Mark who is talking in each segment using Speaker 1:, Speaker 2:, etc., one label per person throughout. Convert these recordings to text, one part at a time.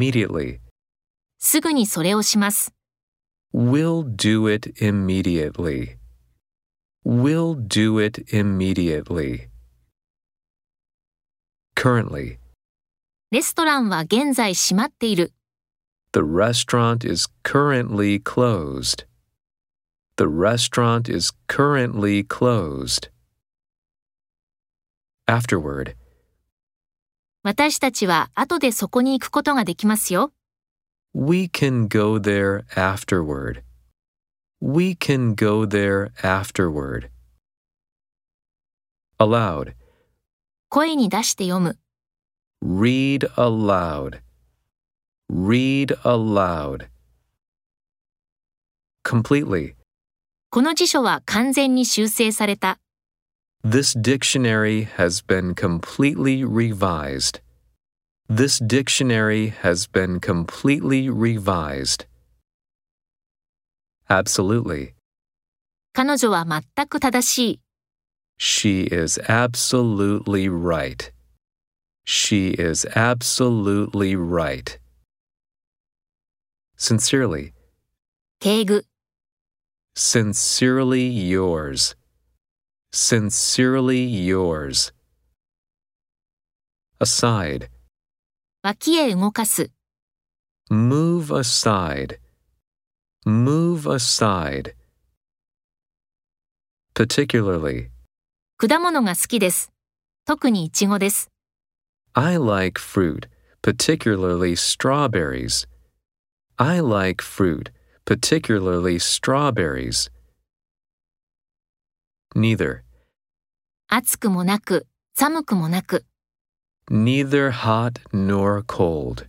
Speaker 1: immediately.
Speaker 2: すぐにそれをします。
Speaker 1: We'll do it immediately. We'll do it immediately. Currently,
Speaker 2: レストランは現在閉まっている。
Speaker 1: the restaurant is currently closed. The restaurant is currently closed. Afterward,
Speaker 2: 私たちは後でそこに行くことができますよ。
Speaker 1: we can go there afterward. We can go there afterward. Aloud,
Speaker 2: 声に出して読む。
Speaker 1: Read aloud. Read aloud. Completely.
Speaker 2: この辞書は完全に修正された。
Speaker 1: This dictionary has been completely revised. This dictionary has been completely revised. Absolutely.
Speaker 2: 彼女は全く正しい。
Speaker 1: She is absolutely right. She is absolutely right. Sincerely.
Speaker 2: 敬具。
Speaker 1: Sincerely yours. Sincerely yours. Aside.
Speaker 2: 脇へ動かす。
Speaker 1: Move aside. Move aside. Particularly.
Speaker 2: 果物が好きです。特にイチゴです。
Speaker 1: I like fruit, particularly strawberries. I like fruit, particularly strawberries. Neither.
Speaker 2: 暑くもなく、寒くもなく。
Speaker 1: Neither hot nor cold.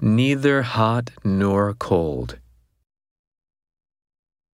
Speaker 1: Neither hot nor cold.